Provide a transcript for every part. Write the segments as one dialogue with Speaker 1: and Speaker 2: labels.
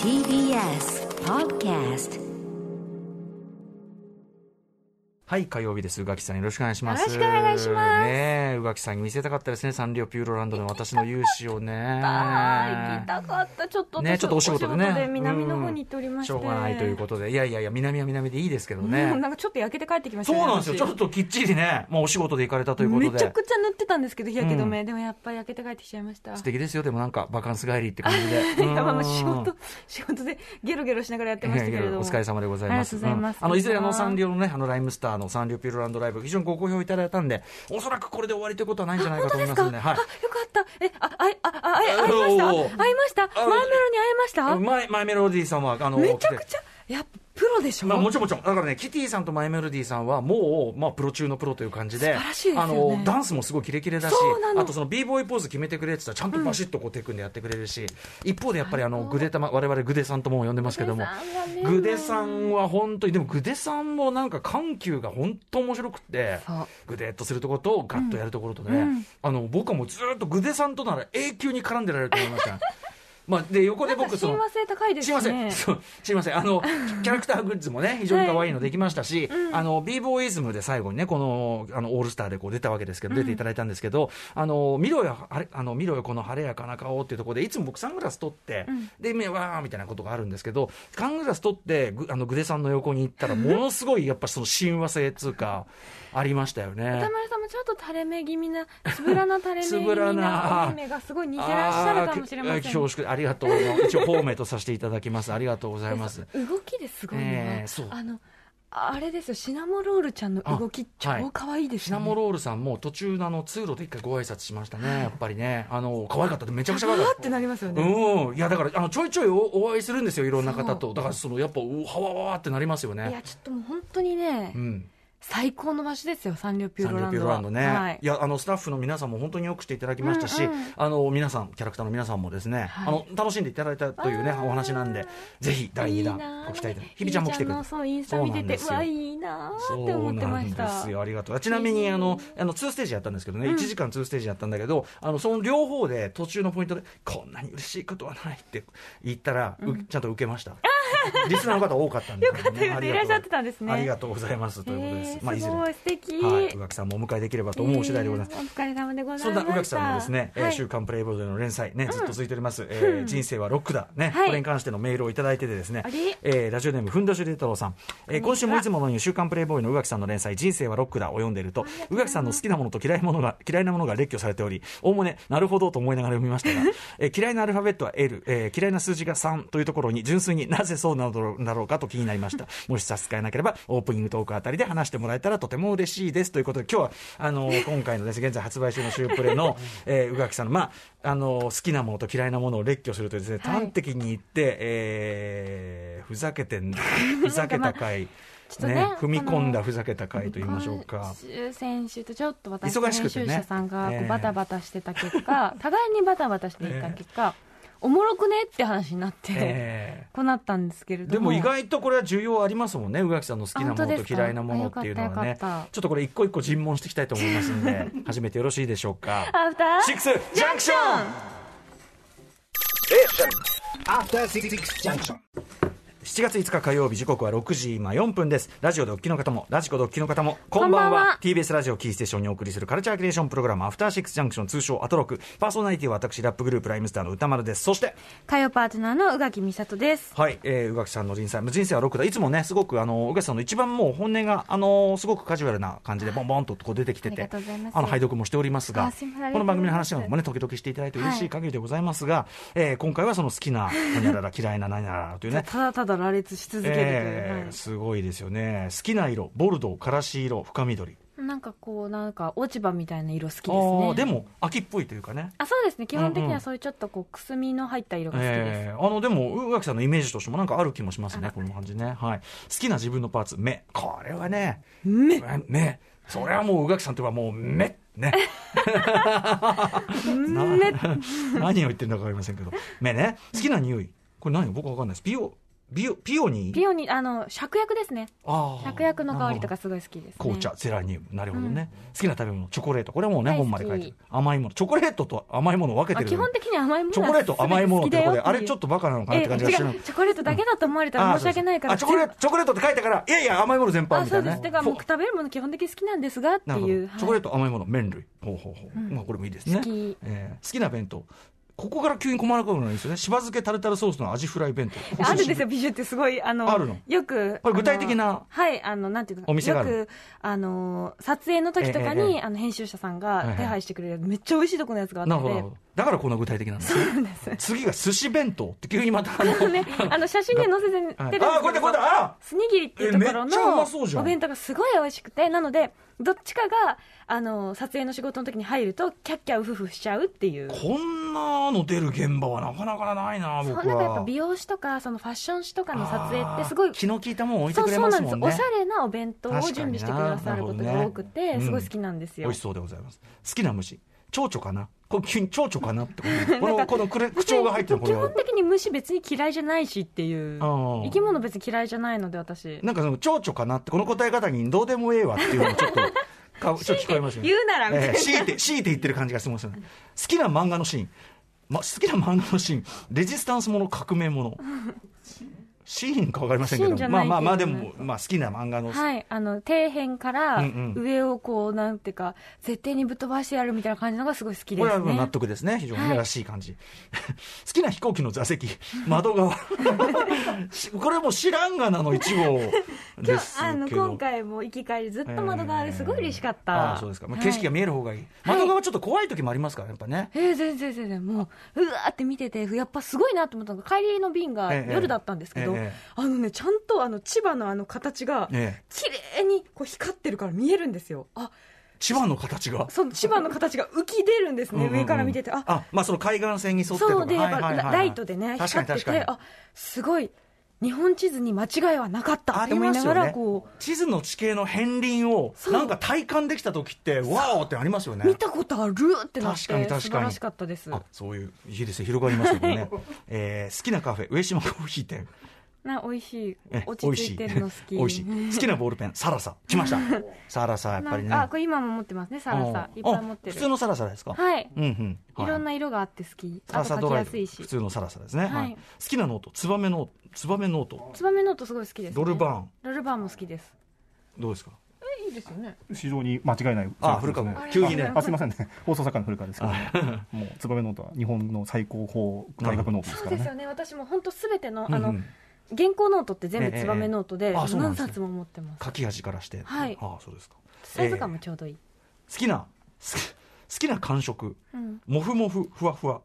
Speaker 1: TBS Podcast
Speaker 2: はい、火曜日です。宇垣さんよろしくお願いします。
Speaker 3: よろしくお願いします
Speaker 2: ねえ、宇垣さんに見せたかったですね。サンリオピューロランドの私の勇姿をね。
Speaker 3: あー行きたかったちょっと私
Speaker 2: ね、ちょっとお仕事でね。
Speaker 3: 南の方に行っておりまして、
Speaker 2: うんしょうがないということで。いやいやいや、南は南でいいですけどね。
Speaker 3: もうなんかちょっと焼けて帰ってきました
Speaker 2: そう
Speaker 3: ね
Speaker 2: なんですよ。
Speaker 3: 私
Speaker 2: ちょっときっちりね、もうお仕事で行かれたということで。
Speaker 3: めちゃくちゃ塗ってたんですけど日焼け止め、でもやっぱり焼けて帰ってきちゃいました
Speaker 2: 素敵ですよ。でもなんか、バカンス帰りって感じで。
Speaker 3: いやまあまあ仕
Speaker 2: うん
Speaker 3: 事仕事でゲロゲロしながらやってましたけれども
Speaker 2: お疲れ様でございます。
Speaker 3: ありがとうございます
Speaker 2: んあの、いずれあの、サンリオのね、あの、ライムスターのサンリオピューロランドライブ、非常にご好評いただいたんで、おそらくこれで終わりということはないんじゃないかと思いますんで、はい
Speaker 3: あ。よかったえあああああ会え会いま
Speaker 2: お
Speaker 3: し
Speaker 2: ー
Speaker 3: た会いました前メロに会えました
Speaker 2: マイマイメロディーさんは、あの、
Speaker 3: めちゃ
Speaker 2: 来
Speaker 3: く
Speaker 2: て
Speaker 3: ちゃやっぱプロでしょ、
Speaker 2: まあ、もちろんもちろん。だからね、キティさんとマイメロディーさんは、もう、まあ、プロ中のプロという感じで、
Speaker 3: 素晴らしいですよ
Speaker 2: あ
Speaker 3: ね
Speaker 2: の、ダンスもすごいキレキレだし
Speaker 3: そうな、の
Speaker 2: あとその b ボーイポーズ決めてくれって言ったら、ちゃんとバシッとこう手組んでやってくれるし、一方でやっぱりあの、グデタマ、我々グデさんとも呼んでますけども、グデさんは本当に、でもグデさんもなんか緩急が本当面白くって
Speaker 3: そう、
Speaker 2: グデっとするとことガッとやるところとね、あの、僕はもうずっとグデさんとなら永久に絡んでられると思いました。 まあ、で、横で
Speaker 3: なんか
Speaker 2: 僕その
Speaker 3: 親、和性高いです
Speaker 2: すい
Speaker 3: ね
Speaker 2: ません、そうすいません、あ の、キャラクターグッズもね、非常に可愛いのできましたし、あの、b ボーイズムで最後にね、この、あの、オールスターでこう出たわけですけど、出ていただいたんですけど、あの、見ろよ、あれ、あの、見ろよ、この晴れやかな顔っていうところで、いつも僕サングラス取って、で、目わーみたいなことがあるんですけど、サングラス取って、ぐあの、グデさんの横に行ったら、ものすごい、やっぱその親和性っつうか、ありましたよね
Speaker 3: 田。村さんもちょっと垂れ目気味な、つぶらな垂れ目気
Speaker 2: つぶら
Speaker 3: 味
Speaker 2: な
Speaker 3: なお目目がすごい似てらっしゃるかもしれま
Speaker 2: あー
Speaker 3: せ
Speaker 2: き
Speaker 3: ん。
Speaker 2: 恐縮、ありがとうございます。一応、方面とさせていただきます。ありがとうございます。
Speaker 3: 動きですごいね、
Speaker 2: えーそう
Speaker 3: あの、あれですよ、シナモロールちゃんの動き、
Speaker 2: あ
Speaker 3: 超可愛いです
Speaker 2: シ
Speaker 3: よ
Speaker 2: ナ
Speaker 3: ね。
Speaker 2: モロールさんも途中のあの通路で一回ご挨拶しましたね、やっぱりね、あの可愛かった、めちゃくちゃ可愛か
Speaker 3: わ
Speaker 2: っ
Speaker 3: ーってなりますよ
Speaker 2: た。
Speaker 3: ね。
Speaker 2: うん、いやだからあのちょいちょいおお会いするんですよ、いろんな方と、だからそのやっぱ、おはわわわってなりますよ
Speaker 3: い
Speaker 2: ね。
Speaker 3: や、ちょっともう本当にね、
Speaker 2: うん、
Speaker 3: 最高の場所ですよ、サンリオピュ
Speaker 2: サ
Speaker 3: ー
Speaker 2: ン
Speaker 3: ロ
Speaker 2: リオ
Speaker 3: ラ
Speaker 2: ピ
Speaker 3: ン
Speaker 2: ュー
Speaker 3: ド
Speaker 2: ロ
Speaker 3: は。
Speaker 2: ランドね、
Speaker 3: はい
Speaker 2: い、、やあのスタッフの皆さんも本当によくしていただきましたし、
Speaker 3: うんうん
Speaker 2: あの皆さん、キャラクターの皆さんもですね、
Speaker 3: はい
Speaker 2: あの楽しんでいただいたというね、
Speaker 3: あー
Speaker 2: お話なんで、ぜひ第2
Speaker 3: いい
Speaker 2: 弾、
Speaker 3: な
Speaker 2: ご期待で
Speaker 3: ぁ、
Speaker 2: 日比ちゃんも来てくれ
Speaker 3: の
Speaker 2: る
Speaker 3: そうインスタ見
Speaker 2: そう
Speaker 3: て
Speaker 2: なん
Speaker 3: て
Speaker 2: です
Speaker 3: う
Speaker 2: よ
Speaker 3: わいいなーって
Speaker 2: そう
Speaker 3: 思って
Speaker 2: な
Speaker 3: ま
Speaker 2: ん
Speaker 3: し
Speaker 2: です
Speaker 3: た
Speaker 2: よ。ありがとう。ちなみに、あの、あの、2ステージやったんですけどね、1時間2ステージやったんだけど、あの、その両方で途中のポイントで、こんなに嬉しいことはないって言ったら、うちゃんと受けました。リスナーの方多かったんで、よかった
Speaker 3: ですいらっしゃってたんですね
Speaker 2: ありがとうございます。ということです。
Speaker 3: えーすごい素敵
Speaker 2: はい。宇垣さんもお迎えできればと思う次第でございます。
Speaker 3: えーお疲れ様でござ
Speaker 2: そ
Speaker 3: い
Speaker 2: んな
Speaker 3: ました
Speaker 2: 宇垣さんのですね、えー
Speaker 3: はい
Speaker 2: 週刊プレイボードの連載ね、ずっと続いております、えー人生はロックだね、
Speaker 3: はい
Speaker 2: これに関してのメールをいただいててですね
Speaker 3: あれ、
Speaker 2: えーラジオネーム、ふんどしゅりゅうたろうさん、えー今週もいつものように週刊プレイボーイの宇垣さんの連載、人生はロックだを読んでいると、宇垣さんの好きなものと嫌いものが、嫌いなものが列挙されており、おおむね、なるほどと思いながら読みましたが、 えー嫌いなアルファベットは L、えー嫌いな数字が3というところに、純粋になぜそうなのだろうかと気になりました。もし差し支えなければ、オープニングトークあたりで話してもらえたらとても嬉しいですということで、今日は、あの、今回のですね、現在発売中のシュープレの、えー宇垣さんの、まあ、あの、好きなものと嫌いなものを列挙するというですね、
Speaker 3: はい
Speaker 2: 端的に言って、えーふざけてん、ふざけた回、
Speaker 3: ちょっと
Speaker 2: ね
Speaker 3: ね
Speaker 2: 踏み込んだ
Speaker 3: あの
Speaker 2: ふざけた回と言いましょう か。
Speaker 3: 今週先週とちょっと私
Speaker 2: 忙しく
Speaker 3: 編
Speaker 2: てね
Speaker 3: 集者さんがこ
Speaker 2: ええ
Speaker 3: うバタバタしてた 結果、互いにバタバタしていた結果、おもろくねって話になって、
Speaker 2: え
Speaker 3: こうなったんですけれ
Speaker 2: ー
Speaker 3: ども
Speaker 2: でも意外とこれは需要ありますもんね、宇垣さんの好きなも
Speaker 3: あ本当
Speaker 2: の
Speaker 3: です
Speaker 2: と
Speaker 3: か
Speaker 2: 嫌いなものっていうのは
Speaker 3: あよ
Speaker 2: ね
Speaker 3: かったよかっ、た
Speaker 2: ちょっとこれ一個一個尋問していきたいと思いますん で、始めてよろしいでしょうか。
Speaker 3: アフター
Speaker 2: シックスジャンクション
Speaker 4: After Six Junction.
Speaker 2: 7月5日火曜日時刻は6時今4分ですラジオでおっきの方もラジコでおっきの方もこんばんは
Speaker 3: こんばんは
Speaker 2: TBS ラジオキーステーションにお送りするカルチャーキュレーションプログラムアフターシックスジャンクション通称アトロクパーソナリティは私ラップグループライムスターの歌丸ですそして
Speaker 3: 火曜パートナーの宇垣美里です
Speaker 2: はい、えー、宇垣さんの人生、まあ人生はロックだ。いつもね、すごく、あの、宇垣さんの一番もう本音が、あの、すごくカジュアルな感じで、ボンボンとこう出てきて
Speaker 3: あり
Speaker 2: て
Speaker 3: がとうございま、す
Speaker 2: あの、拝読もしておりますが、
Speaker 3: あすいませんありがとうございます
Speaker 2: この番組の話はもね、時々していただいて嬉しい限りでございますが、えー今回はその好きな、ほにゃらら、 嫌いな、何やららというね、
Speaker 3: ただただ羅列し続けるという、
Speaker 2: えーすごいですよね。好きな色、ボルドー、からし色、深緑。
Speaker 3: はいなんかこうなんか落ち葉みたいな色好きで
Speaker 2: あ
Speaker 3: すね
Speaker 2: ーでも、秋っぽいというかね。
Speaker 3: あそうですね基本的
Speaker 2: う
Speaker 3: に
Speaker 2: んうん
Speaker 3: はそういうちょっとこうくすみの入った色が好きです、
Speaker 2: えーあのでも宇垣さんのイメージとしてもなんかある気もしますねこの感じね、はい、好きな自分のパーツ目これはね目 ねそれはもう宇垣さんといえばもう目ねな 何を言ってるのか分かりませんけど目ね好きな匂いこれ何僕わかんないです美容ビオピオニー
Speaker 3: ピオニーあの芍薬ですね
Speaker 2: あー
Speaker 3: 芍薬の香りとかすごい好きです、ね、
Speaker 2: 紅茶、ゼラニウム、なるほどね、好きな食べ物、チョコレート、これはもうね、
Speaker 3: 大好き
Speaker 2: 本まで書いてる、甘いもの、チョコレートと甘いものを分け
Speaker 3: あ
Speaker 2: てる
Speaker 3: 基本的に甘いもの
Speaker 2: チョコレート、甘いものってとこで、あれちょっ
Speaker 3: と
Speaker 2: とバカなのかなって感じがしてるの
Speaker 3: 違うチョコレートだけだと思われたら申し訳ないから
Speaker 2: あそうそうあチョコレート、チョコレートって書いたから、いやいや、甘いもの全般
Speaker 3: あ
Speaker 2: み
Speaker 3: そ
Speaker 2: た
Speaker 3: う
Speaker 2: い
Speaker 3: で
Speaker 2: な
Speaker 3: す
Speaker 2: ね。
Speaker 3: だから僕食べるもの基本的に好きなんですがって
Speaker 2: なるほ
Speaker 3: いう
Speaker 2: どチョコレー
Speaker 3: ト
Speaker 2: ト、甘いもの、麺類、ほうほうほう、まあこれもいいですね。
Speaker 3: 好き
Speaker 2: えー好きな弁当、ここから急に困らなくなるんですよね、しば漬けタルタルソースのアジフライ弁当。
Speaker 3: あるんですよ美女ってすごいあの
Speaker 2: あるの
Speaker 3: よく
Speaker 2: これ具体的な
Speaker 3: あのはいあのなんていうの
Speaker 2: お店がある
Speaker 3: よくあの撮影の時とか
Speaker 2: えええ
Speaker 3: に、
Speaker 2: え
Speaker 3: あの編集者さん
Speaker 2: え
Speaker 3: が
Speaker 2: え
Speaker 3: 手配してくれる、めっちゃ美味しいとこのやつがあって
Speaker 2: なるほどなるほど。だからこんな具体的なんですね。次が寿司弁当って急にまた あの、
Speaker 3: ね、あの写真で載せてるんです
Speaker 2: あ
Speaker 3: けど、
Speaker 2: ー、これだこれだ、あ
Speaker 3: スニギリっていうところ
Speaker 2: えめっちゃうまそうじゃ
Speaker 3: の
Speaker 2: ん
Speaker 3: お弁当がすごい美味しくて、なので、どっちかがあの撮影の仕事の時に入ると、キャッキャウフフしちゃうっていう、
Speaker 2: こんなの出る現場はなかなかないな、
Speaker 3: そう
Speaker 2: 僕
Speaker 3: な
Speaker 2: は。
Speaker 3: んかやっぱ美容師とか、そのファッション誌とかの撮影って、すごい
Speaker 2: あー気の利いたもん置いて
Speaker 3: そう
Speaker 2: くれ
Speaker 3: そう
Speaker 2: ま
Speaker 3: な
Speaker 2: す
Speaker 3: んで
Speaker 2: もん
Speaker 3: すお
Speaker 2: ね
Speaker 3: しゃ。れなお弁当を準備してくださること
Speaker 2: 確かにな
Speaker 3: が多く
Speaker 2: なるほど
Speaker 3: て、
Speaker 2: ね
Speaker 3: すごい好きなんです
Speaker 2: 美
Speaker 3: よ。
Speaker 2: 味しそうでございます。好きな虫、蝶々かな。これ急に蝶々かなってこ のこのこのくれ口調が入ってるこ
Speaker 3: 基
Speaker 2: れ
Speaker 3: 本
Speaker 2: は。
Speaker 3: 的に虫別に嫌いじゃないしっていう
Speaker 2: あー
Speaker 3: 生き物別に嫌いじゃないので私
Speaker 2: なんかその蝶々かなってこの答え方にどうでもええわっていうのがちょっと かちょっと聞こえましたね。
Speaker 3: 言うならみた
Speaker 2: え
Speaker 3: いな
Speaker 2: え強いて強いて言ってる感じがしてますよね。好きな漫画のシーン、ま好きな漫画のシーン、レジスタンスもの革命もの。シーンかわかりませんけど
Speaker 3: シーンじゃ
Speaker 2: ま
Speaker 3: な
Speaker 2: あ
Speaker 3: いけどね
Speaker 2: まあまあでもまあ好きな漫画の。
Speaker 3: はい、あの底辺から
Speaker 2: うんうん
Speaker 3: 上をこう、なんていうか、絶対にぶっ飛ばしてやるみたいな感じのがすごい好きで
Speaker 2: これ
Speaker 3: す
Speaker 2: はまあ納
Speaker 3: ね。
Speaker 2: 得ですね。非常に
Speaker 3: はい
Speaker 2: らしい感じ。 好きな飛行機の座席、窓 側。しこれも知らんがなの一号で
Speaker 3: 今
Speaker 2: す
Speaker 3: 日
Speaker 2: けど。
Speaker 3: あの今回も行き帰り、ずっと窓側
Speaker 2: え
Speaker 3: で
Speaker 2: え
Speaker 3: すごい嬉しかっ
Speaker 2: あ
Speaker 3: た。
Speaker 2: そうですか。まあ、景色が
Speaker 3: はい
Speaker 2: 見える方がいい。窓側ちょっと怖い時もありますから、やっぱね。
Speaker 3: ええ全然全然もううわーって見ててやっぱすごいなと思ったのが帰りの便が
Speaker 2: ええ
Speaker 3: 夜だったんですけど、
Speaker 2: ええ
Speaker 3: あのねちゃんとあの千葉のあの形が
Speaker 2: ええ
Speaker 3: 綺麗にこう光ってるから見えるんですよあ
Speaker 2: 千葉の形が。
Speaker 3: その千葉の形が浮き出るんです
Speaker 2: う
Speaker 3: ね、
Speaker 2: んうんうん
Speaker 3: 上から見ててあ
Speaker 2: まあその海岸線に沿ってとか
Speaker 3: そうで、やっぱ
Speaker 2: はいはいはい
Speaker 3: ラ
Speaker 2: はい
Speaker 3: ライトで
Speaker 2: 確
Speaker 3: ね、
Speaker 2: かに
Speaker 3: 光って
Speaker 2: 確かに
Speaker 3: て、あすごい、日本地図に間違いはなかった
Speaker 2: あり
Speaker 3: と思い
Speaker 2: ま
Speaker 3: な
Speaker 2: す
Speaker 3: が
Speaker 2: よ
Speaker 3: ら、
Speaker 2: ね
Speaker 3: こ
Speaker 2: 地図の地形の片鱗を
Speaker 3: そう
Speaker 2: なんか体感できた時ってわおってありますよ
Speaker 3: う、見
Speaker 2: ね
Speaker 3: たことあるってなって、
Speaker 2: 確かに確かに
Speaker 3: 素晴らしかったです。
Speaker 2: あそういういいですね広がりますよね、えー好きなカフェ上島コーヒー店
Speaker 3: な、美味しい
Speaker 2: え、
Speaker 3: 落ち着いてるの好き。
Speaker 2: 美味しい美 味しい好きなボールペンサラサ来ましたサラサやっぱりね
Speaker 3: なんかあ、これ今も持ってますね、サラサ。
Speaker 2: うん
Speaker 3: いっぱい持って
Speaker 2: あ普通
Speaker 3: る。
Speaker 2: のサラサですか
Speaker 3: はい。
Speaker 2: うんうんはい
Speaker 3: ろんな色があって好き。
Speaker 2: サ
Speaker 3: あ
Speaker 2: ラ
Speaker 3: と
Speaker 2: サ
Speaker 3: 書
Speaker 2: ド
Speaker 3: き
Speaker 2: ラ
Speaker 3: や
Speaker 2: イ
Speaker 3: すい
Speaker 2: ブ
Speaker 3: し
Speaker 2: 普。通のサラサですね、
Speaker 3: はい
Speaker 2: はい好きなノートツバメノートツバメノート
Speaker 3: ツバメノートすごい好きです、ね。
Speaker 2: ドルバーン
Speaker 3: ドルバーンも好きです。
Speaker 2: どうですか
Speaker 3: いいですよね。
Speaker 5: 非常に間違いない
Speaker 2: あ古川君急にね
Speaker 5: あすいませんね放送作家の古川ですけどもうツバメノートは日本の最高峰大学ノートで
Speaker 3: そ
Speaker 5: す
Speaker 3: う
Speaker 5: か
Speaker 3: で
Speaker 5: ら
Speaker 3: す
Speaker 5: ね
Speaker 3: よね。私も本当すべての、あ
Speaker 2: う
Speaker 3: の
Speaker 2: んうん、
Speaker 3: 原稿ノートって全部ツバメノート
Speaker 2: ええ
Speaker 3: で、
Speaker 2: ええあそうなん
Speaker 3: 何
Speaker 2: ですね
Speaker 3: 冊も持ってます。
Speaker 2: 書き味からして、
Speaker 3: はい
Speaker 2: ああそうですか
Speaker 3: サイズ感もちょうどいい。
Speaker 2: 好きなす好きな感触
Speaker 3: うん。
Speaker 2: もふもふふわふわ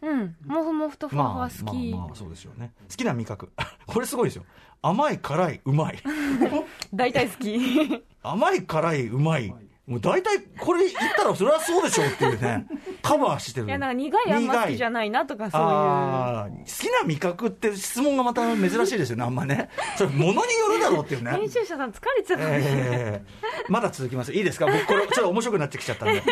Speaker 3: うん。もふもふとふわふわ好き。
Speaker 2: まあまあそうですよね好きな味覚 これすごいですよ甘い辛いうまい
Speaker 3: 大体 好き。
Speaker 2: 甘い辛いうまいもう大体これ言ったらそれはそうでしょうっていうねカバーしてる
Speaker 3: いや、なんか苦いあんま好きじゃ
Speaker 2: ない
Speaker 3: ないなとか、そういう。
Speaker 2: あー好きな味覚って質問がまた珍しいですよねあんま ねそれものによるだろうっていうね
Speaker 3: 編集者さん疲れちゃったね。
Speaker 2: ええまだ続きます。いい ですか僕、これ、ちょっと面白くなってきちゃったんで。好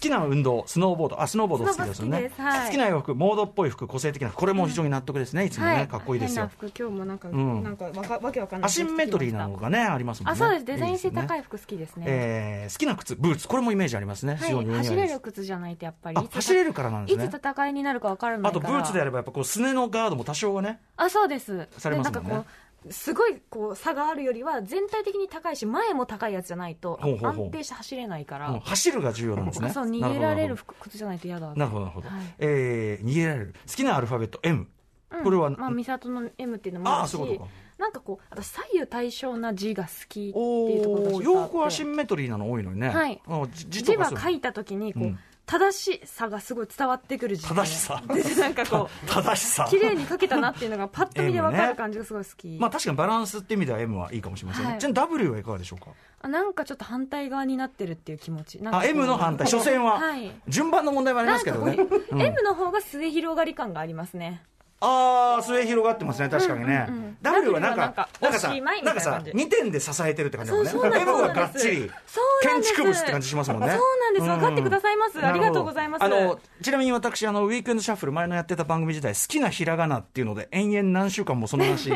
Speaker 2: きな運動、スノーボード。あ、スノーボード好きですよね。
Speaker 3: スノボ好きですはい
Speaker 2: 好きな洋服、モードっぽい服、個性的な服。これも非常に納得ですね。いつもね、かっこいいですよ
Speaker 3: 変な。服、今日もなんか、
Speaker 2: ん
Speaker 3: なんかわか、わけわかんない。
Speaker 2: アシンメトリーなの。がね、ありますもんね。
Speaker 3: あ、そうです。デザイン性
Speaker 2: い
Speaker 3: 高
Speaker 2: い
Speaker 3: い服好きで
Speaker 2: で
Speaker 3: す
Speaker 2: すね。
Speaker 3: ね。
Speaker 2: えー好きな靴、ブーツ。これもイメージありますね。非常
Speaker 3: は
Speaker 2: にお
Speaker 3: い。
Speaker 2: 似合い
Speaker 3: 走
Speaker 2: で
Speaker 3: れ
Speaker 2: す
Speaker 3: る靴じゃないと、やっぱり。
Speaker 2: あ
Speaker 3: い、つ
Speaker 2: 走れるからなんです
Speaker 3: いつ
Speaker 2: ね。
Speaker 3: 戦いになるかわからな
Speaker 2: あ
Speaker 3: いか
Speaker 2: と、
Speaker 3: ら。
Speaker 2: ブーツであれば、やっぱこう、すねのガードも多少はね。
Speaker 3: あ、そうです。
Speaker 2: されますもんね
Speaker 3: でなんかこう、すごいこう差があるよりは、全体的に高いし、前も高いやつじゃないと、
Speaker 2: ほうほうほう
Speaker 3: 安定して走れないから。
Speaker 2: うん走るが重要なんですね。
Speaker 3: あそう逃げられる服靴じゃないと嫌だ
Speaker 2: なるほど、なるほど。な
Speaker 3: は
Speaker 2: るほど
Speaker 3: い
Speaker 2: えー逃げられる。好きなアルファベット、M。
Speaker 3: うん
Speaker 2: これは
Speaker 3: まあ、美里の M っていうのも
Speaker 2: あ
Speaker 3: あ
Speaker 2: ー
Speaker 3: るし
Speaker 2: そういうことか
Speaker 3: なんかこう私左右対称な字が好きっていうところがちょ
Speaker 2: お
Speaker 3: っ
Speaker 2: お洋
Speaker 3: とあって
Speaker 2: 服はアシンメトリーなの多いのにね、
Speaker 3: はい
Speaker 2: あじ字と
Speaker 3: 字
Speaker 2: か
Speaker 3: は
Speaker 2: そう
Speaker 3: 書いた時にこう、
Speaker 2: うん
Speaker 3: 正しさがすごい伝わってくる字、ね、
Speaker 2: 正しさ
Speaker 3: でなんかこう
Speaker 2: 正し さ
Speaker 3: 綺麗に書けたなっていうのがパッ と見で分かる感じがすごい好き、
Speaker 2: まあ確かにバランスって意味では M はいいかもしれませんね、
Speaker 3: はい
Speaker 2: じゃあ W はいかがでしょうか
Speaker 3: あなんかちょっと反対側になってるっていう気持ちなんか
Speaker 2: あ
Speaker 3: こう
Speaker 2: M の反対所詮は、
Speaker 3: はい
Speaker 2: 順番の問題もあり
Speaker 3: な
Speaker 2: ま
Speaker 3: ん
Speaker 2: すけ
Speaker 3: か
Speaker 2: ど
Speaker 3: こ
Speaker 2: ね
Speaker 3: う、M の方が末広がり感がありますね
Speaker 2: ああ末広がってますね確かにね、
Speaker 3: うんうんうん
Speaker 2: W はなんかなん
Speaker 3: W はなんか
Speaker 2: かさ
Speaker 3: おしまいみ
Speaker 2: な
Speaker 3: た
Speaker 2: いん
Speaker 3: な
Speaker 2: かさ
Speaker 3: 感じ
Speaker 2: 2点で支えてるって感じだもんね
Speaker 3: そうそうなんです
Speaker 2: M はがっちり
Speaker 3: そうなん
Speaker 2: 建
Speaker 3: です
Speaker 2: 築物って感じしますもんね
Speaker 3: そうなんです分かってくださいますありがとうございます
Speaker 2: なるほどあのちなみに私あのウィークエンドシャッフル前のやってた番組時代好きなひらがなっていうので延々何週間もその話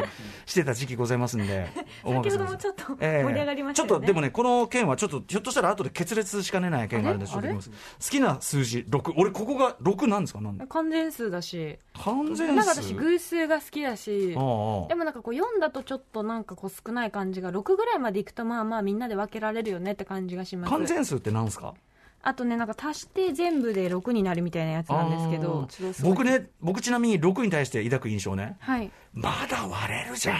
Speaker 2: してた時期ございますん でお任
Speaker 3: 先
Speaker 2: せ
Speaker 3: ほ
Speaker 2: く
Speaker 3: ど
Speaker 2: ださい
Speaker 3: もちょっと
Speaker 2: ええ
Speaker 3: 盛り上がりましたよね
Speaker 2: ちょっとでもねこの件はちょっとひょっとしたら後で決裂しかねない件があるんで
Speaker 3: あ
Speaker 2: し
Speaker 3: れ
Speaker 2: ょうけど好きな数字6俺ここが6なんですかなんで
Speaker 3: 完全数だし
Speaker 2: 完全数
Speaker 3: なんか私偶数が好きだし
Speaker 2: ああ
Speaker 3: でもなんかこう4だとちょっとなんかこう少ない感じが6ぐらいまでいくとまあまあみんなで分けられるよねって感じがします
Speaker 2: 完全数ってなんですか
Speaker 3: あとねなんか足して全部で6になるみたいなやつなんですけど
Speaker 2: あー僕ね僕ちなみに6に対して抱く印象ね
Speaker 3: はい
Speaker 2: まだ割れるじゃん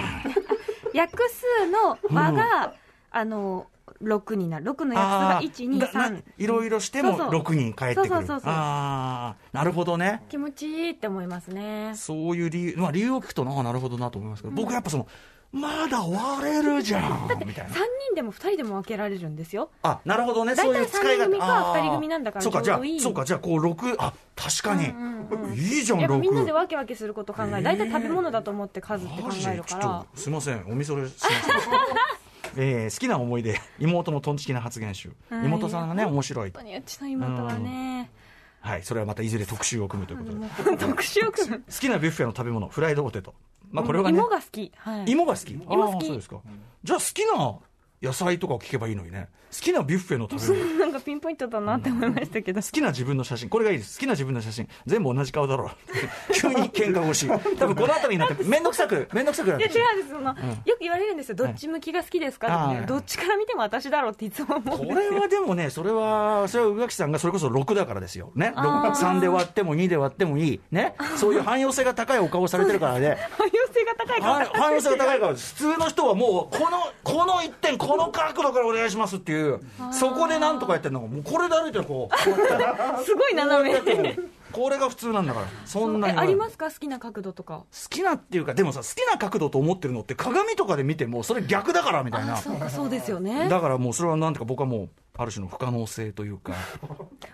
Speaker 3: 約数の和が、あの6になる6の
Speaker 2: あ
Speaker 3: 約数
Speaker 2: ー
Speaker 3: が
Speaker 2: だない
Speaker 3: 123
Speaker 2: ろいろしても
Speaker 3: そうそう
Speaker 2: 6人返ってくる
Speaker 3: そうそうそうそう
Speaker 2: ああなるほどね
Speaker 3: 気持ちいいって思いますね
Speaker 2: そういう理由まあ理由を聞くとななるほどなと思いますけど、僕はやっぱそのまだ割れるじゃんみたい
Speaker 3: 3
Speaker 2: な
Speaker 3: 人でも2人でも分けられるんですよ
Speaker 2: あなるほどね
Speaker 3: 大
Speaker 2: そう
Speaker 3: 体
Speaker 2: いう使い方
Speaker 3: 三人組か
Speaker 2: あー
Speaker 3: 二人組なんだから
Speaker 2: そうかじ
Speaker 3: ちょ
Speaker 2: ゃ
Speaker 3: うどいい
Speaker 2: あそうかじゃあこう6あ確かに、
Speaker 3: うんうんうん
Speaker 2: いいじゃん
Speaker 3: やっぱみんなで
Speaker 2: 6
Speaker 3: 分け分けすること考える大体食べ物だと思って数って考
Speaker 2: マジ
Speaker 3: え
Speaker 2: で
Speaker 3: る
Speaker 2: ち
Speaker 3: か
Speaker 2: ょっ
Speaker 3: ら
Speaker 2: とすいませんおみそれしま した、えー好きな思い出妹のトンチキな発言集、
Speaker 3: うん
Speaker 2: 妹さんがね面白い
Speaker 3: 本当にうちの妹はね、
Speaker 2: はいそれはまたいずれ特集を組むということで好
Speaker 3: 特殊を組む
Speaker 2: きなビュッフェの食べ物フライドポテトまあこれはね
Speaker 3: 芋が好き、はい、
Speaker 2: 芋が好き芋
Speaker 3: 好き
Speaker 2: そうですかじゃあ好きな野菜とかを聞けばいいのにね好きなビュッフェの食べ物
Speaker 3: なんかピンポイントだなって思いましたけど、
Speaker 2: 好きな自分の写真これがいいです好きな自分の写真全部同じ顔だろう 急に喧嘩腰多分この辺りになって面倒くさく面倒くさくなっ
Speaker 3: いや
Speaker 2: てき
Speaker 3: 違
Speaker 2: て
Speaker 3: うんですその、よく言われるんですよどっち向きが好きですかって、
Speaker 2: あー
Speaker 3: どっちから見ても私だろうっていつも思うん
Speaker 2: こ
Speaker 3: です
Speaker 2: れはでもね、それは、それは宇垣さんがそれこそ6だからですよ。ね。
Speaker 3: あー
Speaker 2: 3で割っても2で割ってもいい。ね。そういう汎用性が高いお顔をされてるからね。
Speaker 3: 汎用性が高いか
Speaker 2: 汎
Speaker 3: ら
Speaker 2: 汎用性が高いから、普通の人はもう、この、この1点、この角度からお願いしますっていう、そこでなんとかやってるのが、もうこれで歩いてるこう。こうやって
Speaker 3: すごい斜め
Speaker 2: こうやってこれが普通なんだから。そんな
Speaker 3: え
Speaker 2: に。
Speaker 3: ありますか好きな角度とか
Speaker 2: 好きなっていうか、でもさ、好きな角度と思ってるのって鏡とかで見ても、それ逆だからみたいな。
Speaker 3: そうかそうですよね
Speaker 2: だからもうそれはなんていうか僕はもうある種の不可能性というか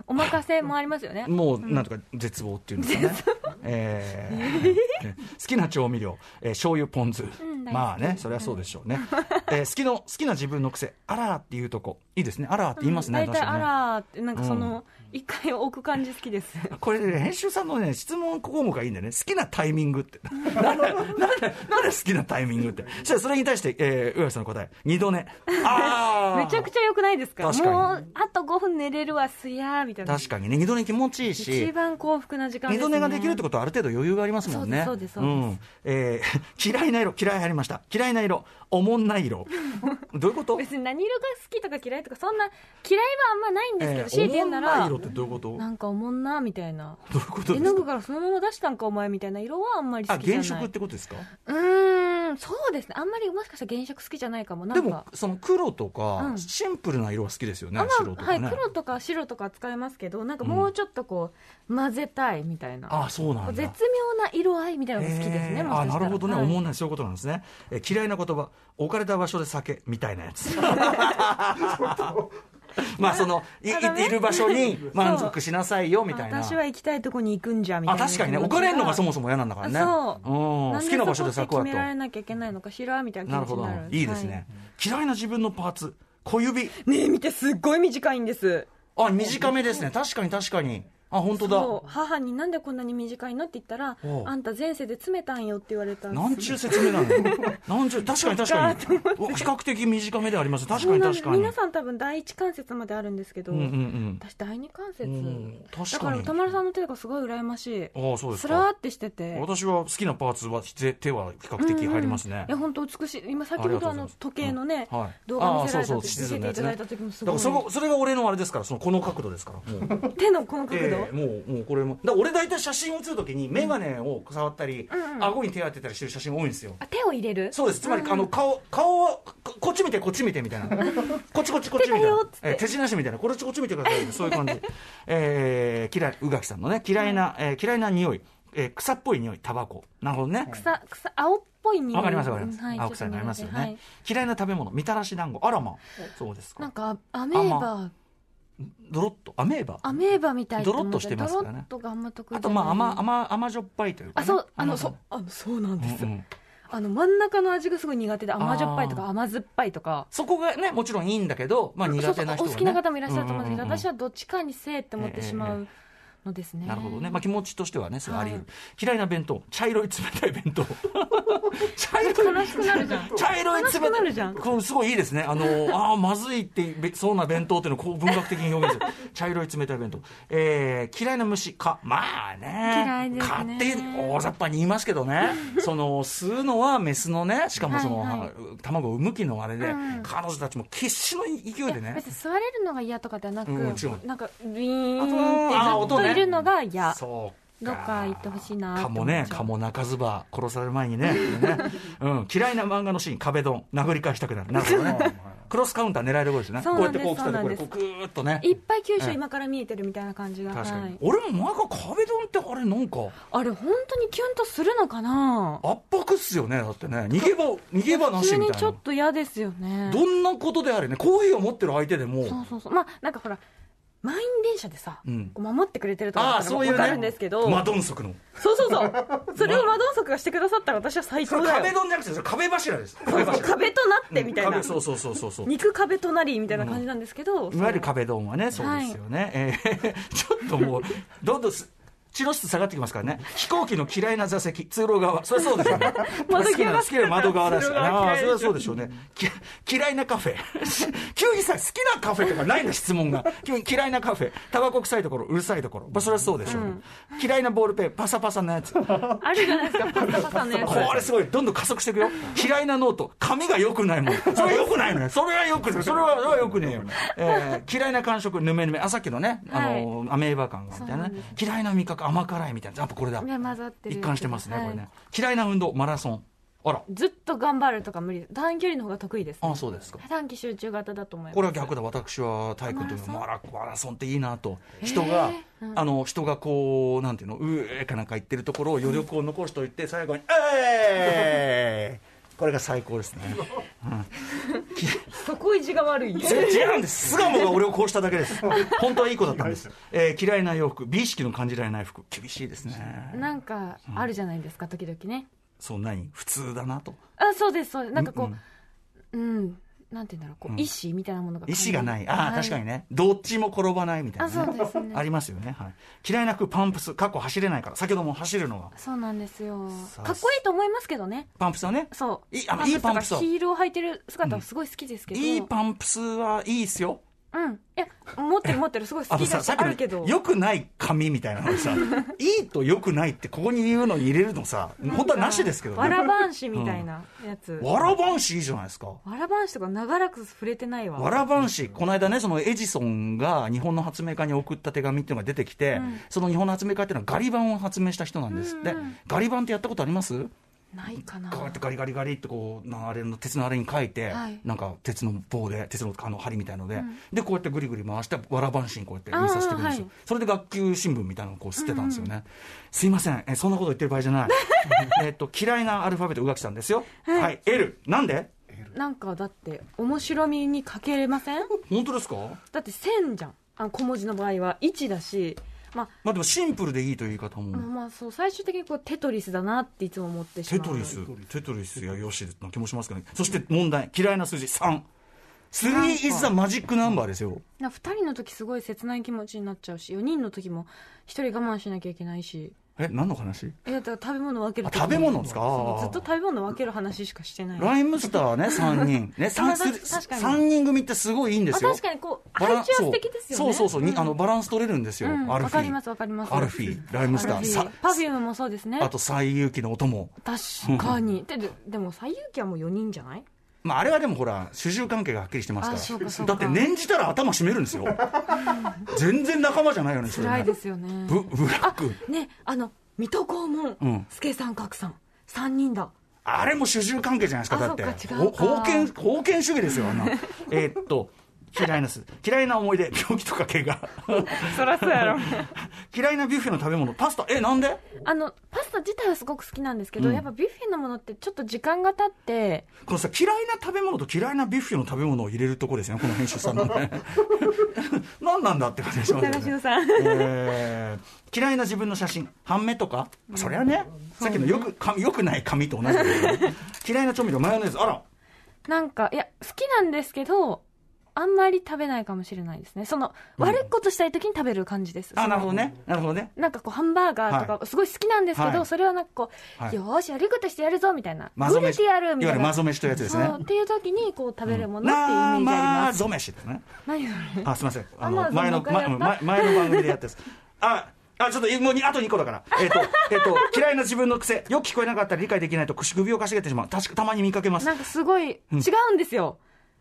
Speaker 3: お任せもありますよね
Speaker 2: もうなんとか絶望っていうんですかね、えーね好きな調味料、えー醤油ポン酢、
Speaker 3: ん大好き
Speaker 2: まあねそれはそうでしょうね、えー好きの好きな自分の癖あらーっていうとこいいですねあらーって言いますね、
Speaker 3: 大体
Speaker 2: 確か
Speaker 3: あ
Speaker 2: にね
Speaker 3: らーってなんかその一回置く感じ好きです
Speaker 2: これね、編集さんのね、質問項目がいいんだよね。好きなタイミングって。なんで、なんで、なんで好きなタイミングって。そしたらそれに対して、えー、上さんの答え、二度 寝。あー
Speaker 3: めちゃくちゃ良くないですか
Speaker 2: 確かに
Speaker 3: もうあと5分寝れるわすやーみたいな
Speaker 2: 確かにね、二度寝気持ちいいし
Speaker 3: 一。番幸福な時間で
Speaker 2: 二
Speaker 3: す、ね、
Speaker 2: 度寝ができるってことはある程度余裕がありますもんね。
Speaker 3: そうですそうです
Speaker 2: んえー嫌いな色、嫌いありました。嫌いな色、おもんない 色。どういうこと
Speaker 3: 別に何色が好きとか嫌いとかそんな嫌いはあんまないんですけど、
Speaker 2: えー
Speaker 3: 強いて言うな
Speaker 2: おもんない
Speaker 3: ら
Speaker 2: 色ってどういうことど
Speaker 3: なんかおもんなみたいな
Speaker 2: ういうこと
Speaker 3: 絵
Speaker 2: です
Speaker 3: の
Speaker 2: か
Speaker 3: 具からそのまま出したんかお前みたいな色はあんまり
Speaker 2: あ、
Speaker 3: 好きじゃな
Speaker 2: 現
Speaker 3: い
Speaker 2: 色ってことですか
Speaker 3: うーんそうですねあんまりもしかしたら原色好きじゃないかもな
Speaker 2: で
Speaker 3: ん
Speaker 2: も
Speaker 3: か、
Speaker 2: その黒とか、
Speaker 3: うん
Speaker 2: シンプルな色は好きですよね
Speaker 3: あ、ま
Speaker 2: 白と
Speaker 3: あ
Speaker 2: か
Speaker 3: はい、
Speaker 2: ね。
Speaker 3: 黒とか白とか使えますけどなんかもうちょっとこう、混ぜたいみたいな
Speaker 2: あ、そうなん
Speaker 3: 絶
Speaker 2: だ。
Speaker 3: 妙な色合いみたいなのが好きです
Speaker 2: へ
Speaker 3: ね
Speaker 2: ー
Speaker 3: もし
Speaker 2: あ
Speaker 3: かした
Speaker 2: な
Speaker 3: ら
Speaker 2: るほどね、
Speaker 3: はい
Speaker 2: 思わないそういうことなんですね、えー嫌いな言葉置かれた場所で酒みたいなや つまあそのいい
Speaker 3: ただね
Speaker 2: いる場所に満足しなさいよみたいな
Speaker 3: 私は行きたいとこに行くんじゃみたい
Speaker 2: あ
Speaker 3: な
Speaker 2: 確かにね置かれるのがそ
Speaker 3: も
Speaker 2: もそも嫌なんだからね、
Speaker 3: そうん
Speaker 2: 好きな場所で咲くわ
Speaker 3: 決
Speaker 2: と
Speaker 3: められなきゃいけないのかしらみたいな
Speaker 2: なる
Speaker 3: 気持
Speaker 2: ほ
Speaker 3: ちに
Speaker 2: ど
Speaker 3: なる
Speaker 2: いいですね、嫌いな自分のパーツ小指
Speaker 3: はいねえ見てすっごい短いんです
Speaker 2: あ短めですね確かに確かにあ本当
Speaker 3: そう
Speaker 2: だ
Speaker 3: 母になんでこんなに短いのって言ったら
Speaker 2: おう
Speaker 3: あんた前世で詰めたんよって言われたんです
Speaker 2: なんちゅう説明 なのなんちゅう確かに確かにお比較的短めではあります確かに確かに
Speaker 3: 皆さん多分第一関節まであるんですけど、
Speaker 2: うんうんうん
Speaker 3: 私第二関節、
Speaker 2: うん確かに
Speaker 3: だから歌丸さんの手とかすごい羨ましい
Speaker 2: ああそうです
Speaker 3: ス
Speaker 2: か
Speaker 3: ラーってしてて
Speaker 2: 私は好きなパーツは手手は比較的入りますね
Speaker 3: い。や本当美しい今先ほどあの時計のね、
Speaker 2: はい
Speaker 3: 動画見せられ
Speaker 2: ああ
Speaker 3: た
Speaker 2: そう
Speaker 3: 時
Speaker 2: そう
Speaker 3: 見せていただいた時もす
Speaker 2: だか
Speaker 3: ごい
Speaker 2: らそこそれが俺のあれですから、そのこの角度ですから。もう
Speaker 3: 手のこの角度、
Speaker 2: ええもうもうこれも。だから俺大体写真を写るときに眼鏡を触ったり、
Speaker 3: うんうん
Speaker 2: 顎に手当てたりしてる写真が多いんですよ。
Speaker 3: あ手を入れる
Speaker 2: そうです。つまり、あの顔顔はここっち見てこっち見てみたい な。こっちこっちこっちみたい
Speaker 3: 手だ
Speaker 2: な
Speaker 3: よっつっ。て
Speaker 2: ええ手品師みたいな。こっちこっち見てくださ い。そういう感じ。えー、嫌い宇垣さんのね嫌いな、えー嫌いな匂い、えー草っぽい匂いタバコ。なるほどね。
Speaker 3: 草草青っぽい匂い
Speaker 2: わかりますわかります、
Speaker 3: はい
Speaker 2: 青臭いになりますよね、
Speaker 3: はい
Speaker 2: 嫌いな食べ物みたらし団子あらまそうです
Speaker 3: なん
Speaker 2: か
Speaker 3: かアメー
Speaker 2: あ
Speaker 3: バ
Speaker 2: ドロッとアメーバ
Speaker 3: アメーバみたいと思
Speaker 2: ドロッとしてますからね
Speaker 3: ドロッとがあんま得意
Speaker 2: あ
Speaker 3: じ
Speaker 2: と
Speaker 3: ゃ
Speaker 2: ま
Speaker 3: ない
Speaker 2: あ甘甘甘じょっぱいというか、
Speaker 3: あ
Speaker 2: ね、
Speaker 3: そうあの
Speaker 2: 甘さ
Speaker 3: そうあのそうなん
Speaker 2: うん
Speaker 3: です、
Speaker 2: うん
Speaker 3: あの真ん中の味がすごい苦手で甘じょっぱいと
Speaker 2: あ
Speaker 3: か
Speaker 2: ー
Speaker 3: 甘酸っぱいとか
Speaker 2: そこがねもちろんいいんだけど、まあ、苦手な人
Speaker 3: そうそうお
Speaker 2: はね
Speaker 3: 好きな方もいらっしゃると思うんですけど、
Speaker 2: うんうんうん
Speaker 3: 私はどっちかにせえって思ってしま
Speaker 2: え
Speaker 3: うのですね、
Speaker 2: なるほどね、まあ、気持ちとしてはねそれあり得る、
Speaker 3: は
Speaker 2: 嫌いな弁当茶色い冷たい弁 当茶色い
Speaker 3: 悲しくなるじゃん
Speaker 2: 茶色い
Speaker 3: 悲しくなる
Speaker 2: 冷
Speaker 3: じ
Speaker 2: た
Speaker 3: ゃ
Speaker 2: い
Speaker 3: ん
Speaker 2: こうすごいいいですねあのあーまずいってべそうな弁当っていうのをこう文学的に表現す る茶色い冷たい弁当、えー嫌いな虫かまあね
Speaker 3: 嫌いですね
Speaker 2: かって大雑把に言いますけど ねその吸うのはメスのねしかもその、
Speaker 3: はいはい
Speaker 2: 卵を産む気のあれで、
Speaker 3: うん
Speaker 2: 彼女たちも決死の勢いでね
Speaker 3: 別に座れるのが嫌とかではなく、
Speaker 2: うんもちろん
Speaker 3: なんかウィー
Speaker 2: あそうあ
Speaker 3: ンってずっ
Speaker 2: 音
Speaker 3: と
Speaker 2: ね
Speaker 3: いるのが嫌、
Speaker 2: そう
Speaker 3: どっか行ってほしいなって
Speaker 2: かも
Speaker 3: 思っちゃう
Speaker 2: ね、かも中ずば殺される前 にねねうん、嫌いな漫画のシーン、壁ドン、殴り返したくなる、なるほどね、クロスカウンター狙えるとこですね、
Speaker 3: そ
Speaker 2: こ
Speaker 3: う
Speaker 2: う
Speaker 3: な
Speaker 2: やっ
Speaker 3: ん
Speaker 2: て
Speaker 3: です
Speaker 2: こう来たところで、こ
Speaker 3: そう
Speaker 2: うぐーっとね、
Speaker 3: いっぱい九
Speaker 2: え
Speaker 3: 州
Speaker 2: え
Speaker 3: 今から見えてるみたいな感じが、
Speaker 2: 確かに、
Speaker 3: はい
Speaker 2: 俺もなんか壁ドンってあれ、なんか
Speaker 3: あれ本当にキュンとするのかな
Speaker 2: 圧迫っすよね、だってね、逃げ場、逃げ場な
Speaker 3: 普
Speaker 2: し
Speaker 3: 通
Speaker 2: み
Speaker 3: に
Speaker 2: たい
Speaker 3: ちょ
Speaker 2: な
Speaker 3: っ。と嫌ですよね
Speaker 2: どんなことであれね、好意を持ってる相手でも、
Speaker 3: そうそうそうまあなんかほら満員電車でさ、
Speaker 2: うん
Speaker 3: こう守ってくれてると
Speaker 2: あ
Speaker 3: か
Speaker 2: あ、
Speaker 3: だったら
Speaker 2: そういう
Speaker 3: わ
Speaker 2: ね、
Speaker 3: かるんですけど、
Speaker 2: マドンソクの、
Speaker 3: そうそ うそうそれをマドンソクがしてくださったら私は最
Speaker 2: そ
Speaker 3: 高
Speaker 2: れ
Speaker 3: だ
Speaker 2: 壁
Speaker 3: よ
Speaker 2: ドンじゃなくて、それ壁柱です、壁
Speaker 3: 壁
Speaker 2: 柱、
Speaker 3: となってみたいな、
Speaker 2: 壁そうそうそうそうそう、
Speaker 3: 肉壁となりみたいな感じなんですけど、
Speaker 2: いわゆる壁ドンはね、そうですよね。え ーちょっともう、どんどんす、治療室下がってきますからね。飛行機の嫌いな座席、通路側。それそうですよね。
Speaker 3: 窓際
Speaker 2: 好きなの好きなの 窓側だし。
Speaker 3: 通路
Speaker 2: あ
Speaker 3: 側
Speaker 2: あー、
Speaker 3: 嫌いでしょ
Speaker 2: それはそうでしょうね。き嫌いなカフェ。 急にさ、好きなカフェとかないの質問が。急に嫌いなカフェ。タバコ臭いところ、うるさいところ。まあ、それはそうでしょうね、嫌いなボールペン、パサパサなやつ。
Speaker 3: あるじゃないですかパサパサの や
Speaker 2: こ
Speaker 3: つ
Speaker 2: れすごい、どんどん加速していくよ。嫌いなノート、紙が良くないもん。 それは良くないのよ。それは良く ない。それはそれは良くねえよ。えー嫌いな感触、ぬめぬめ。あ、さっきのね、あのー、アメーバ感がみたいなね。嫌いな味覚、甘辛いみたいな。やっぱこれだ。
Speaker 3: ね混ざってる
Speaker 2: 一貫してますね、
Speaker 3: はい
Speaker 2: これね。嫌いな運動、マラソン。あら、
Speaker 3: ずっと頑張るとか無理短距離の方が得意です、ね
Speaker 2: あ、、そうですか。
Speaker 3: 短期集中型だと思います
Speaker 2: これは逆だ私は体育というのはマラマラソンっていいなと人が、あの人がこうなんていうのうえーかなんか言ってるところを余力を残しておいて最 後に「えーい!」これが最高ですね
Speaker 3: そこ意地が悪い
Speaker 2: 全然違うんです巣鴨が俺をこうしただけ です本当はいい子だったんです、えー嫌いな洋服美意識の感じられない服厳しいですね
Speaker 3: なんかあるじゃないですか時々ね
Speaker 2: そうない普通だなと
Speaker 3: あそうですそうですなんかこ
Speaker 2: うん
Speaker 3: ううん、なんて言うんだろうこう、意志みたいなものが
Speaker 2: 意思がないああ、
Speaker 3: はい
Speaker 2: 確かにねどっちも転ばないみたいな、ね、
Speaker 3: あそうですね
Speaker 2: ありますよね、はい、嫌いな服パンプス過去走れないから先ほども走るのが
Speaker 3: そうなんですよ
Speaker 2: さあ
Speaker 3: かっこいいと思いますけどね
Speaker 2: パンプスはね
Speaker 3: そう
Speaker 2: いいあのいいパンプス
Speaker 3: と
Speaker 2: を
Speaker 3: かヒールを履いてる姿はすごい好きですけど、
Speaker 2: いいパンプスはいいっすよ。
Speaker 3: うんいや持ってる持ってるすごい好
Speaker 2: あの
Speaker 3: きだ
Speaker 2: さ、
Speaker 3: し
Speaker 2: さ
Speaker 3: あ
Speaker 2: っき
Speaker 3: るけど
Speaker 2: の、良くない髪みたいなの さ、いいと良くないってここに言うのに入れるのさ、本当はなしですけど
Speaker 3: わら
Speaker 2: ね。
Speaker 3: ばんしみたいなやつ、
Speaker 2: わらばんしいいじゃないですか。
Speaker 3: わらばんしとか長らく触れてないわ
Speaker 2: わらばんし、この間ね、そのエジソンが日本の発明家に送った手紙っていうのが出てきて、その日本の発明家っていうのはガリ版を発明した人なんですって。ガリ版ってやったことあります
Speaker 3: ないかな
Speaker 2: こうやってガリガリガリってこうなあれの鉄のあれに書いて、
Speaker 3: はい
Speaker 2: なんか鉄の棒で鉄のあの針みたいので、でこうやってぐりぐり回してわらばんしにこうやって印刷してくるんですよ、
Speaker 3: あーはい
Speaker 2: それで学級新聞みたいなのをこう捨てたんですよね、すいませんえそんなこと言ってる場合じゃ ないえっと嫌いなアルファベット宇垣さんですよはい、L なんで
Speaker 3: なんかだって面白みに欠けれません
Speaker 2: 本当ですか
Speaker 3: だって線じゃんあの小文字の場合は1だしまあ
Speaker 2: まあでもシンプルでいいという言い方も、
Speaker 3: まあそう最終的にこうテトリスだなっていつも思ってし
Speaker 2: テ
Speaker 3: まう
Speaker 2: トリステトリスやよしな気もしますけどねそして問題嫌いな数字3 3 is the magic number ですよ
Speaker 3: な2人の時すごい切ない気持ちになっちゃうし4人の時も1人我慢しなきゃいけないし
Speaker 2: え何の話
Speaker 3: えだから食べ物分ける
Speaker 2: あ
Speaker 3: 時も
Speaker 2: 食べ物ですか
Speaker 3: そうずっと食べ物分ける話しかしてない
Speaker 2: ライムスタ ーね、3人。 ね、3,
Speaker 3: 確かに確かに
Speaker 2: 三人組ってすごいいいんです
Speaker 3: あ
Speaker 2: よ。
Speaker 3: 確かにこう
Speaker 2: バラ
Speaker 3: 配置は素敵ですよね
Speaker 2: そうそうそうそう、にあの、
Speaker 3: ん
Speaker 2: バランス取れるんですよ。
Speaker 3: うん
Speaker 2: アル
Speaker 3: わ
Speaker 2: フィー。
Speaker 3: かりますわかります
Speaker 2: アルフィー、ライムスタ
Speaker 3: アル
Speaker 2: ー、
Speaker 3: フィ
Speaker 2: さ
Speaker 3: ーパフュームもそうですね
Speaker 2: あと、西遊記のお供。
Speaker 3: 確かにでででも最優記はもう4人じゃない
Speaker 2: まあ、あれはでもほら、主従関係がはっきりしてますから。
Speaker 3: あそうかそう
Speaker 2: だ
Speaker 3: か
Speaker 2: って、念じたら頭締めるんです よ。全然仲間じゃないよね、それ、ね。
Speaker 3: 辛いですよね
Speaker 2: ブブラック。
Speaker 3: ねあの水戸黄
Speaker 2: う
Speaker 3: 門
Speaker 2: ん
Speaker 3: 助さん格さん3人だ
Speaker 2: あれも主従関係じゃないですか、
Speaker 3: あ
Speaker 2: だって。
Speaker 3: そっか違うか
Speaker 2: ほ封建、封建主義ですよ、あんなえーっと、嫌いなす嫌いな思い出病気とか怪我
Speaker 3: そらそうやろ
Speaker 2: 嫌いなビュッフェの食べ物パスタえなんで
Speaker 3: あのパスタ自体はすごく好きなんですけど、
Speaker 2: うん
Speaker 3: やっぱビュッフェのものってちょっと時間が経って
Speaker 2: このさ嫌いな食べ物と嫌いなビュッフェの食べ物を入れるとこですねこの編集さんのね 何なんだって感じがしますよ
Speaker 3: 長
Speaker 2: ね
Speaker 3: 篠さん
Speaker 2: えー嫌いな自分の写真半目とか、そりゃねさっきのよく紙よくない紙と同じだけ ど嫌いな調味料マヨネーズあら
Speaker 3: なんかいや好きなんですけどあんまり食べないかもしれないですねその、悪いことしたい時に食べる感じです
Speaker 2: あ
Speaker 3: その
Speaker 2: なるほどねなるほどね
Speaker 3: なんかこうハンバーガーとか、すごい好きなんですけど、
Speaker 2: はい
Speaker 3: それはなんかこう、
Speaker 2: はい
Speaker 3: よーし悪いことしてやるぞみたいな
Speaker 2: マ
Speaker 3: グ
Speaker 2: ゾ
Speaker 3: レ
Speaker 2: 飯
Speaker 3: てやるみ
Speaker 2: いわゆ
Speaker 3: たい
Speaker 2: る
Speaker 3: な
Speaker 2: マゾ飯というやつですね
Speaker 3: そうっていう時にこう食べるものっていうイメージあ
Speaker 2: 生
Speaker 3: ります、
Speaker 2: ぞめしですね
Speaker 3: 何それ
Speaker 2: あすみませんあ
Speaker 3: あ
Speaker 2: の
Speaker 3: まあ
Speaker 2: 前の
Speaker 3: もう一回や
Speaker 2: 前
Speaker 3: った
Speaker 2: 前前の番組でやったやつああちょっともうにあと2個だから、えっと えっと嫌いな自分の癖よく聞こえなかったり理解できないと首をかしげてしまう確かたまに見かけます
Speaker 3: なんかすごい違うんですよ、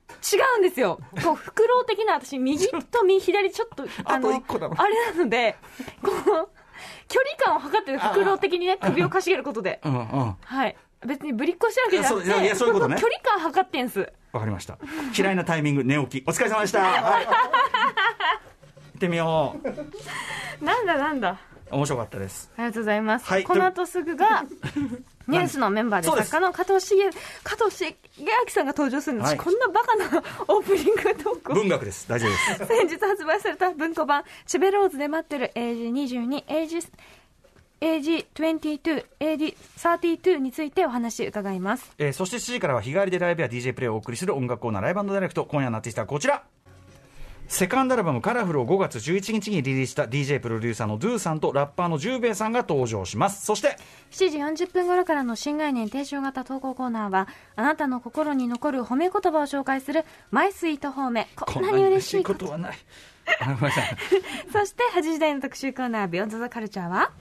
Speaker 3: 違うんですよこうフクロウ的な私右と右左ちょっと
Speaker 2: あと
Speaker 3: の
Speaker 2: 一個だろ
Speaker 3: あれなのでこう距離感を測ってるフクロウ的にね首をかしげることで
Speaker 2: うんうんわ
Speaker 3: はい別にぶりっこしてるわけじゃなく
Speaker 2: いやそういやい
Speaker 3: て
Speaker 2: やそういうことね
Speaker 3: 距離感測ってんす
Speaker 2: かりました嫌いなタイミング寝起きお疲れ様で した、はい、行ってみよう
Speaker 3: なんだなんだ
Speaker 2: 面白かったです
Speaker 3: ありがとうございます。
Speaker 2: はい
Speaker 3: この後す ぐが、ニュースのメンバーで
Speaker 2: そうです
Speaker 3: 作家の加藤茂、加藤茂明さんが登場するんです。
Speaker 2: はい
Speaker 3: こんなバカなオープニングトークを。
Speaker 2: 文学です大丈夫です
Speaker 3: 先日発売された文庫版、チベローズで待ってる AG22、AG、AG22、AG32 についてお話伺います。
Speaker 2: えーそして7時からは日替わりでライブや DJ プレイをお送りする音楽コーナーライブダイレクト今夜のアーティストはこちらセカンドアルバム「カラフル」を5月11日にリリースした DJ プロデューサーのドゥさんとラッパーのジュウベイさんが登場しますそして
Speaker 3: 7時40分頃からの新概念提唱型投稿コーナーは、あなたの心に残る褒め言葉を紹介する、マイスイート褒め。こんなに嬉しい
Speaker 2: こ
Speaker 3: こ
Speaker 2: んなに嬉
Speaker 3: と。
Speaker 2: はないあごめんなさい
Speaker 3: そして8時台の特集コーナー、ビヨンドザカルチャーは、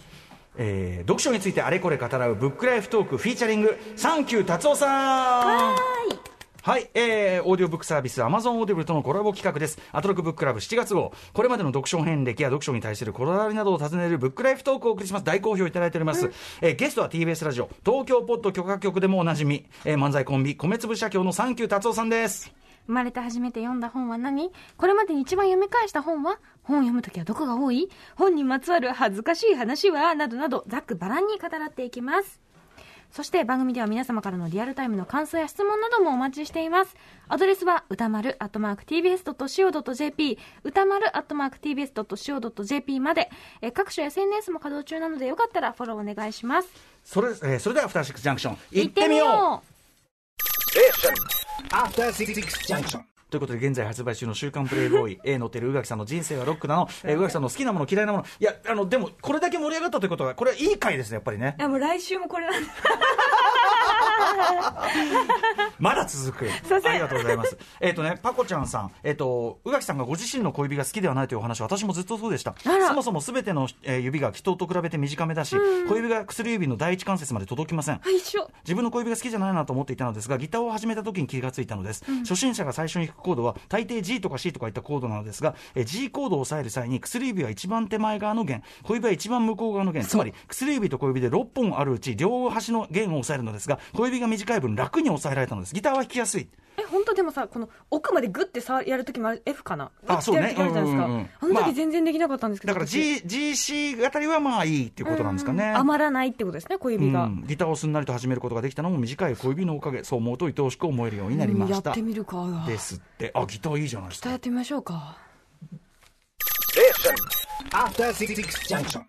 Speaker 2: えー読書についてあれこれ語らうブックライフトークフィーチャリングサンキュー達夫さん
Speaker 3: はい。
Speaker 2: はい、えー、オーディオブックサービス Amazon オーディブルとのコラボ企画です。アトロックブッククラブ7月号。これまでの読書遍歴や読書に対するこだわりなどを尋ねるブックライフトークをお送りします。大好評いただいております。えーゲストは TBS ラジオ、東京ポッド許可局でもおなじみ、えー漫才コンビ、米粒社協のサンキュー達夫さんです。
Speaker 3: 生まれて初めて読んだ本は何これまでに一番読み返した本は本を読むときはどこが多い本にまつわる恥ずかしい話はなどなどざっくばらんに語らっていきます。そして番組では皆様からのリアルタイムの感想や質問などもお待ちしています。アドレスは歌丸 @tbs.co.jp 歌丸 @tbs.co.jp まで、えー各種 SNS も稼働中なのでよかったらフォローお願いします。
Speaker 2: それ、えーそれでは、アフターシックスジャンクション、行
Speaker 3: 行
Speaker 2: ってみよう
Speaker 4: After Six Junction.
Speaker 2: ということで現在発売中の「週刊プレイ ボーイ」A のってる宇垣さんの「人生はロックなの」えー宇垣さんの好きなもの嫌いなものいやあのでもこれだけ盛り上がったということはこれはいい回ですねやっぱりね
Speaker 3: いやもう来週もこれなんだ。
Speaker 2: まだ続く。ありがとうございます。えっ、とね、パコちゃんさん、えっ、と、宇垣さんがご自身の恋人が好きではないというお話、私もずっとそうでした。
Speaker 3: ら
Speaker 2: そもそもすべての、えー指が人と比べて短めだし、小指が薬指の第一関節まで届きません。
Speaker 3: 一緒。
Speaker 2: 自分の小指が好きじゃないなと思っていたのですがギターを始めた時に気がついたのです、初心者が最初に弾くコードは大抵 G とか C とかいったコードなのですがえー G コードを押さえる際に薬指は一番手前側の弦小指は一番向こう側の弦つまり薬指と小指で6本あるうち両端の弦を押さえるのですが小指が短い分楽に押さえられたのですギターは弾きやすい
Speaker 3: え本当でもさこの奥までグッてさやるときもある F かな
Speaker 2: あそうね
Speaker 3: グッてやる時あるじゃないですか、
Speaker 2: うんうんうん
Speaker 3: あの
Speaker 2: まあ
Speaker 3: 時全然できなかったんですけど、
Speaker 2: だから
Speaker 3: 私
Speaker 2: G GC あたりはまあいいっていうことなんですかね、
Speaker 3: 余らないってことですね小指が、
Speaker 2: うんギターをすんなりと始めることができたのも短い小指のおかげそう思うと愛おしく思えるようになりま
Speaker 3: やっ
Speaker 2: した、
Speaker 3: てみるか
Speaker 2: ですってあギターいいじゃないです
Speaker 3: 下
Speaker 2: か
Speaker 3: やってみましょうか
Speaker 4: After Six Junction.